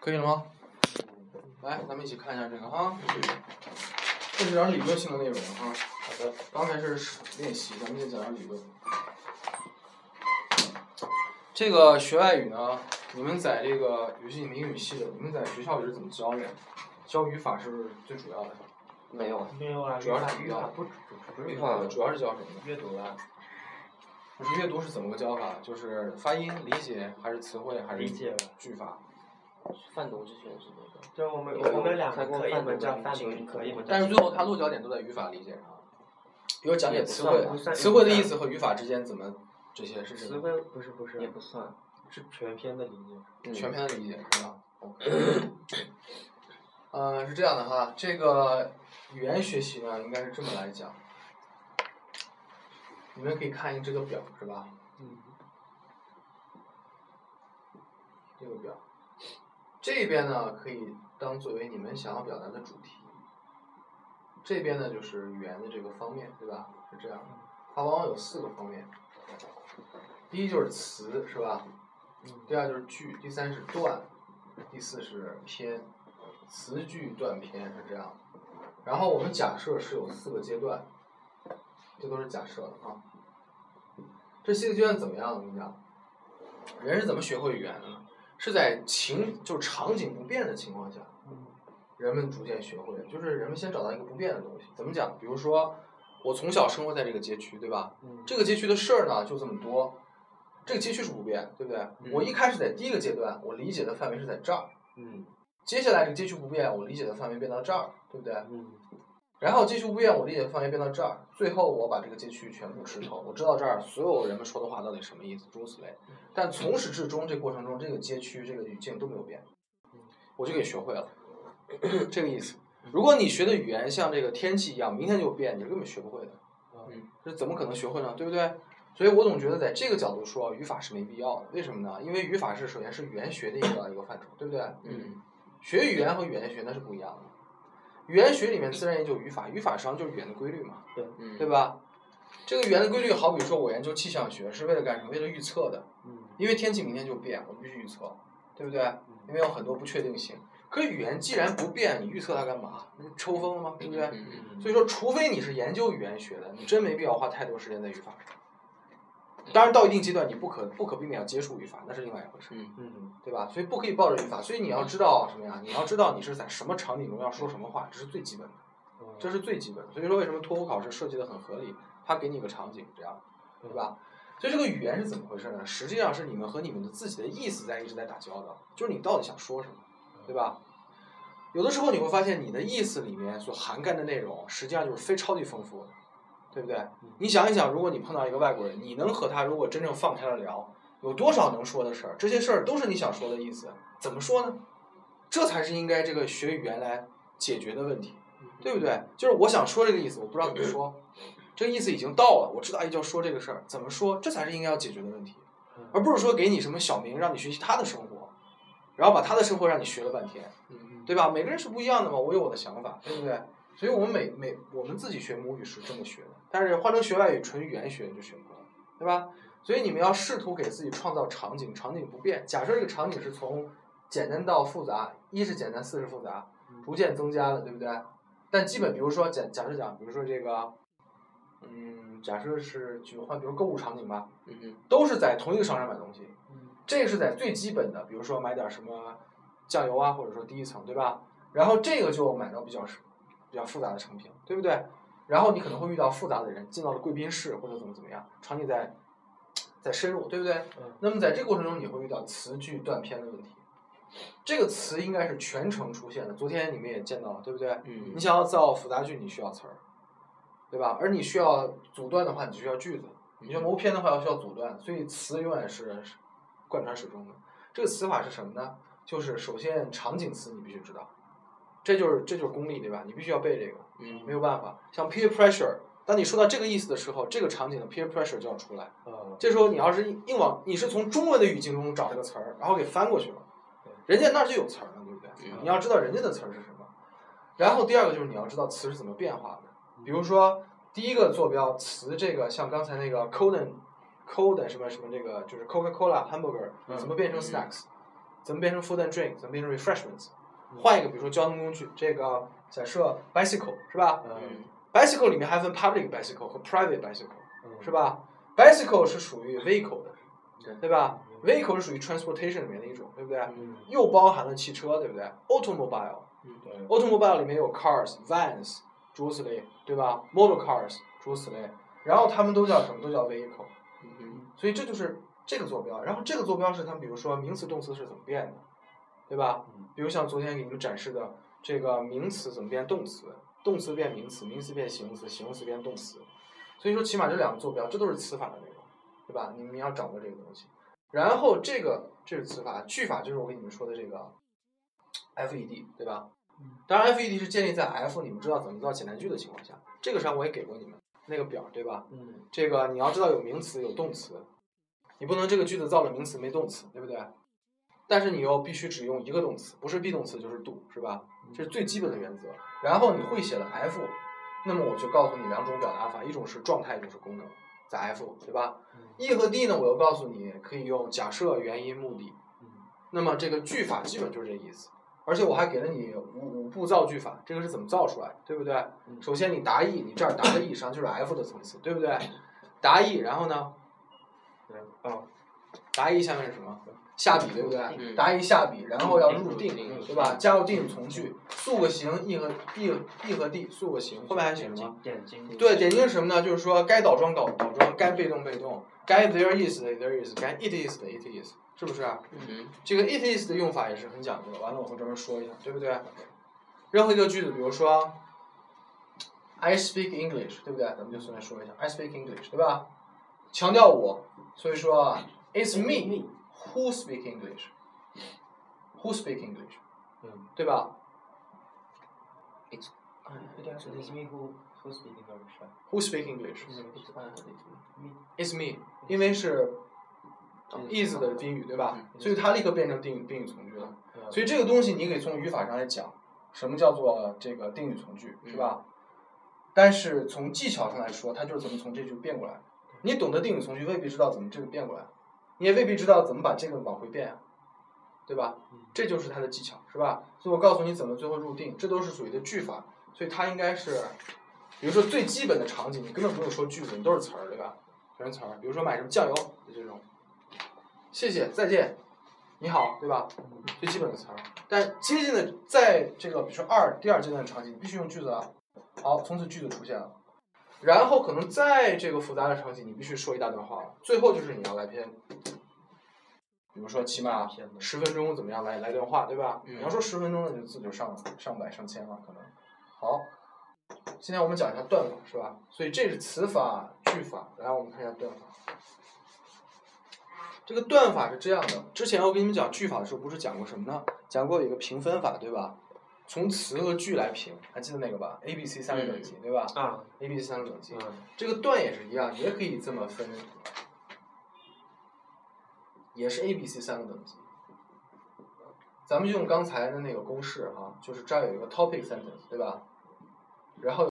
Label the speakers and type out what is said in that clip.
Speaker 1: 可以了吗？来，咱们一起看一下这个哈。这是点儿理论性的内容哈。好的。刚才是练习，咱们先讲点儿理论。这个学外语呢，你们在这个，尤其你们英语系的，你们在学校里是怎么教的呀？教语法是不是最主要的？
Speaker 2: 没有啊，
Speaker 3: 没有啊，
Speaker 1: 主要
Speaker 3: 语
Speaker 1: 是
Speaker 3: 法
Speaker 1: 语
Speaker 3: 语
Speaker 1: 法
Speaker 3: 法不不
Speaker 1: 语
Speaker 3: 是
Speaker 1: 法主要是教什么呢？
Speaker 3: 阅读啊，
Speaker 1: 就是阅读是怎么个教法？就是发音、理解，还是词汇，还是
Speaker 3: 理解吧。
Speaker 1: 句法？
Speaker 2: 贩毒之前是那个，
Speaker 3: 就是我们
Speaker 2: 有
Speaker 3: 我们两
Speaker 2: 开
Speaker 3: 个
Speaker 2: 过
Speaker 3: 课，一
Speaker 2: 贩毒
Speaker 3: 门叫
Speaker 2: 的
Speaker 3: 泛
Speaker 2: 经
Speaker 3: 民
Speaker 2: 历
Speaker 3: 课，一门叫
Speaker 1: 但是最后他落脚点都在语法理解上。比如讲解词汇啊
Speaker 2: 也不
Speaker 3: 算，吧
Speaker 1: 词汇的意思和语法之间怎么这些是什
Speaker 3: 词
Speaker 1: 么？
Speaker 3: 汇不是不是
Speaker 2: 也不算，
Speaker 3: 是全篇的理解。
Speaker 2: 嗯
Speaker 1: 全篇的理解是吧？OK。呃，是这样的哈，这个语言学习呢，应该是这么来讲。你们可以看一这个表是吧？
Speaker 3: 嗯，
Speaker 1: 这个表，这边呢可以当作为你们想要表达的主题，这边呢就是语言的这个方面，对吧？是这样的，它往往有四个方面，第一就是词，是吧？嗯第二就是句，第三是段，第四是篇，词句段篇是这样的。然后我们假设是有四个阶段，这都是假设的啊。这四个阶段怎么样？我跟你讲，人是怎么学会语言的呢？是在情就是场景不变的情况下，人们逐渐学会的，就是人们先找到一个不变的东西。怎么讲？比如说，我从小生活在这个街区，对吧？
Speaker 3: 嗯
Speaker 1: 这个街区的事儿呢就这么多，这个街区是不变，对不对？我一开始在第一个阶段，我理解的范围是在这儿，
Speaker 3: 嗯
Speaker 1: 接下来这个街区不变，我理解的范围变到这儿，对不对？
Speaker 3: 嗯
Speaker 1: 然后街区不变，我理解的范围变到这儿，最后我把这个街区全部吃透，我知道这儿所有人们说的话到底什么意思，诸如此类。但从始至终这过程中，这个街区这个语境都没有变，我就给学会了， 这个意思。如果你学的语言像这个天气一样，明天就变，你是根本学不会的。
Speaker 3: 嗯
Speaker 1: 这怎么可能学会呢？对不对？所以我总觉得在这个角度说，语法是没必要的。为什么呢？因为语法是首先是语言学的一个一个范畴，对不对？
Speaker 2: 嗯，
Speaker 1: 学语言和语言学那是不一样的。语言学里面自然研究语法，语法实际上就是语言的规律嘛，
Speaker 2: 嗯，
Speaker 1: 对？吧？这个语言的规律，好比说我研究气象学是为了干什么？为了预测的，
Speaker 3: 嗯
Speaker 1: 因为天气明天就变，我们必须预测，对不对？因为有很多不确定性。可语言既然不变，你预测它干嘛？那不抽风了吗？对不对？
Speaker 2: 嗯
Speaker 3: 嗯
Speaker 1: 所以说，除非你是研究语言学的，你真没必要花太多时间在语法上。
Speaker 2: 嗯
Speaker 1: 当然，到一定阶段，你不可不可避免要接触语法，那是另外一回事，
Speaker 2: 嗯
Speaker 3: 嗯
Speaker 1: 对吧？所以不可以抱着语法。所以你要知道什么呀？你要知道你是在什么场景中要说什么话，这是最基本的，
Speaker 3: 嗯
Speaker 1: 这是最基本的。所以说，为什么托福考试设计的很合理？它给你个场景，这样，对吧？所以这个语言是怎么回事呢？实际上是你们和你们的自己的意思在一直在打交道，就是你到底想说什么，对吧？有的时候你会发现你的意思里面所涵盖的内容，实际上就是非超级丰富的，对不对？你想一想，如果你碰到一个外国人，你能和他如果真正放开了聊，有多少能说的事儿？这些事儿都是你想说的意思，怎么说呢？这才是应该这个学语言来解决的问题，对不对？就是我想说这个意思，我不知道怎么说，这个意思已经到了，我知道哎就要说这个事儿，怎么说？这才是应该要解决的问题，而不是说给你什么小名让你学习他的生活，然后把他的生活让你学了半天，
Speaker 2: 嗯
Speaker 1: 对吧？每个人是不一样的嘛，我有我的想法，对不对？所以我们每每我们自己学母语是这么学的，但是换成学外语纯语言学就学不了，对吧？所以你们要试图给自己创造场景，场景不变。假设这个场景是从简单到复杂，一是简单，四是复杂，逐渐增加的，对不对？但基本，比如说假假设讲，比如说这个，嗯，假设是举个换，比如购物场景吧，
Speaker 2: 嗯
Speaker 1: 都是在同一个商场买东西，
Speaker 3: 嗯
Speaker 1: 这个是在最基本的，比如说买点什么酱油啊，或者说第一层，对吧？然后这个就买到比较是比较复杂的成品，对不对？然后你可能会遇到复杂的人，进到了贵宾室或者怎么怎么样，场景在在深入，对不对？
Speaker 3: 嗯
Speaker 1: 那么在这个过程中，你会遇到词句断片的问题。这个词应该是全程出现的，昨天你们也见到了，对不对？
Speaker 2: 嗯
Speaker 1: 你想要造复杂句，你需要词儿，对吧？而你需要阻断的话，你就需要句子；你需要谋篇的话，要需要阻断。所以词永远是是贯穿始终的。这个词法是什么呢？就是首先场景词你必须知道，这就是这就是功力，对吧？你必须要背这个，
Speaker 2: 嗯
Speaker 1: 没有办法。像 peer pressure，当你说到这个意思的时候，这个场景的 peer pressure 就要出来。
Speaker 3: 嗯
Speaker 1: 这时候你要是硬硬往，你是从中文的语境中找这个词儿，然后给翻过去了，人家那儿就有词儿了，对不对？
Speaker 2: 嗯
Speaker 1: 你要知道人家的词儿是什么。然后第二个就是你要知道词是怎么变化
Speaker 3: 嗯
Speaker 1: 的，比如说第一个坐标词这个，像刚才那个 Coden Coden 什么什么这个就是 Coca Cola hamburger
Speaker 3: 嗯
Speaker 1: 怎么变成 snacks，咱们变成 food and drink，咱们变成 refreshments，
Speaker 3: 嗯
Speaker 1: 换一个，比如说交通工具，这个假设 bicycle 是吧
Speaker 3: 嗯
Speaker 1: ？bicycle 里面还分 public bicycle 和 private bicycle
Speaker 3: 嗯
Speaker 1: 是？吧？bicycle 是属于 vehicle 的，
Speaker 2: 对
Speaker 1: 对吧
Speaker 3: 嗯
Speaker 1: ？vehicle 是属于 transportation 里面的一种，对不对？
Speaker 3: 嗯，
Speaker 1: 又包含了汽车，对不对？automobile。
Speaker 3: 对，
Speaker 1: 嗯 automobile 里面有 cars、vans，诸如此类，对吧？model cars，诸如此类。然后他们都叫什么？都叫 vehicle。
Speaker 2: 嗯哼，
Speaker 1: 所以这就是这个坐标。然后这个坐标是他们，比如说名词、动词是怎么变的，对吧
Speaker 3: 嗯？
Speaker 1: 比如像昨天给你们展示的这个名词怎么变动词，动词变名词，名词变形容词，形容词变动词。所以说，起码这两个坐标，这都是词法的内容，对吧？你们要掌握这个东西。然后这个这是词法，句法就是我给你们说的这个 FED，对吧？当然，FED 是建立在 F 你们知道怎么造简单句的情况下，这个上我也给过你们那个表，对吧？
Speaker 3: 嗯
Speaker 1: 这个你要知道有名词有动词，你不能这个句子造了名词没动词，对不对？但是你又必须只用一个动词，不是 be 动词就是 do，是吧？这是最基本的原则。然后你会写了 f，那么我就告诉你两种表达法，一种是状态，一种是功能，在 f 对吧
Speaker 3: 嗯
Speaker 1: ？e 和 d 呢，我又告诉你可以用假设、原因、目的。
Speaker 3: 嗯
Speaker 1: 那么这个句法基本就是这意思，而且我还给了你五五步造句法，这个是怎么造出来的，对不对？
Speaker 3: 嗯
Speaker 1: 首先你答 e，你这儿答的 e 实际上就是 f 的层次，对不对？答 e，然后呢，
Speaker 3: 然后
Speaker 1: 答 e 下面是什么？下笔对不对？
Speaker 2: 嗯
Speaker 1: 答 e 下笔，然后要入
Speaker 2: 入
Speaker 1: 定，
Speaker 2: 定
Speaker 1: 对吧？加入定语从句，塑个形，e 和 d d 和 d 塑个形，后面还写什么？
Speaker 3: 点
Speaker 2: 嗯
Speaker 3: 睛，
Speaker 1: 对，点睛是什么呢？就是说该倒装倒倒装，该被动被动，该 there is 的 there is，该 it is 的 it is，是不是啊、
Speaker 2: 嗯哼，
Speaker 1: 这个 it is 的用法也是很讲究的，完了我会专门说一下，对不对？任何一个句子，比如说 I speak English，对不对？咱们就随便说一下 I speak English，对吧？强调我，所以说 It's me who speak English，who speak English，
Speaker 3: 嗯，
Speaker 1: 对吧
Speaker 3: 不对啊，是 is me who who speak English 啊
Speaker 1: ？Who speak English？
Speaker 2: 是爱和那什么
Speaker 1: It's me，因为是
Speaker 2: 哦
Speaker 1: is 嗯的宾语，对吧？
Speaker 3: 嗯
Speaker 1: 所以它立刻变成定语宾语从句了。
Speaker 3: 嗯
Speaker 1: 所以这个东西你可以从语法上来讲，什么叫做这个定语从句，是
Speaker 3: 嗯
Speaker 1: 吧？但是从技巧上来说，它就是怎么从这句变过来的。你懂得定语从句，未必知道怎么这个变过来，你也未必知道怎么把这个往回变啊，对吧
Speaker 3: 嗯？
Speaker 1: 这就是它的技巧，是吧？所以我告诉你怎么最后入定，这都是属于的句法，所以它应该是，比如说最基本的场景，你根本不用说句子，你都是词儿，对吧？全是词儿，比如说买什么酱油就这种，谢谢，再见，你好，对吧？最基本的词儿。但接近的，在这个比如说二第二阶段的场景，你必须用句子了。好，从此句子出现了。然后可能在这个复杂的场景，你必须说一大段话了。最后就是你要来篇，比如说起码
Speaker 3: 片子
Speaker 1: 十分钟怎么样来来段话，对吧？
Speaker 2: 嗯
Speaker 1: 你要说十分钟那就字就上上百上千了可能。好，今天我们讲一下断法，是吧？所以这是词法、句法，然后我们看一下断法。这个断法是这样的，之前我给你们讲句法的时候，不是讲过什么呢？讲过有一个评分法，对吧？从词和句来评，还记得那个吧？A、B、C 三个等级，对吧
Speaker 3: 啊，
Speaker 1: ？A、B、C 三个等级，
Speaker 3: 嗯
Speaker 1: 这个段也是一样，也可以这么分，也是 A、B、C 三个等级。咱们用刚才的那个公式哈、就是这儿有一个 topic sentence，对吧？然后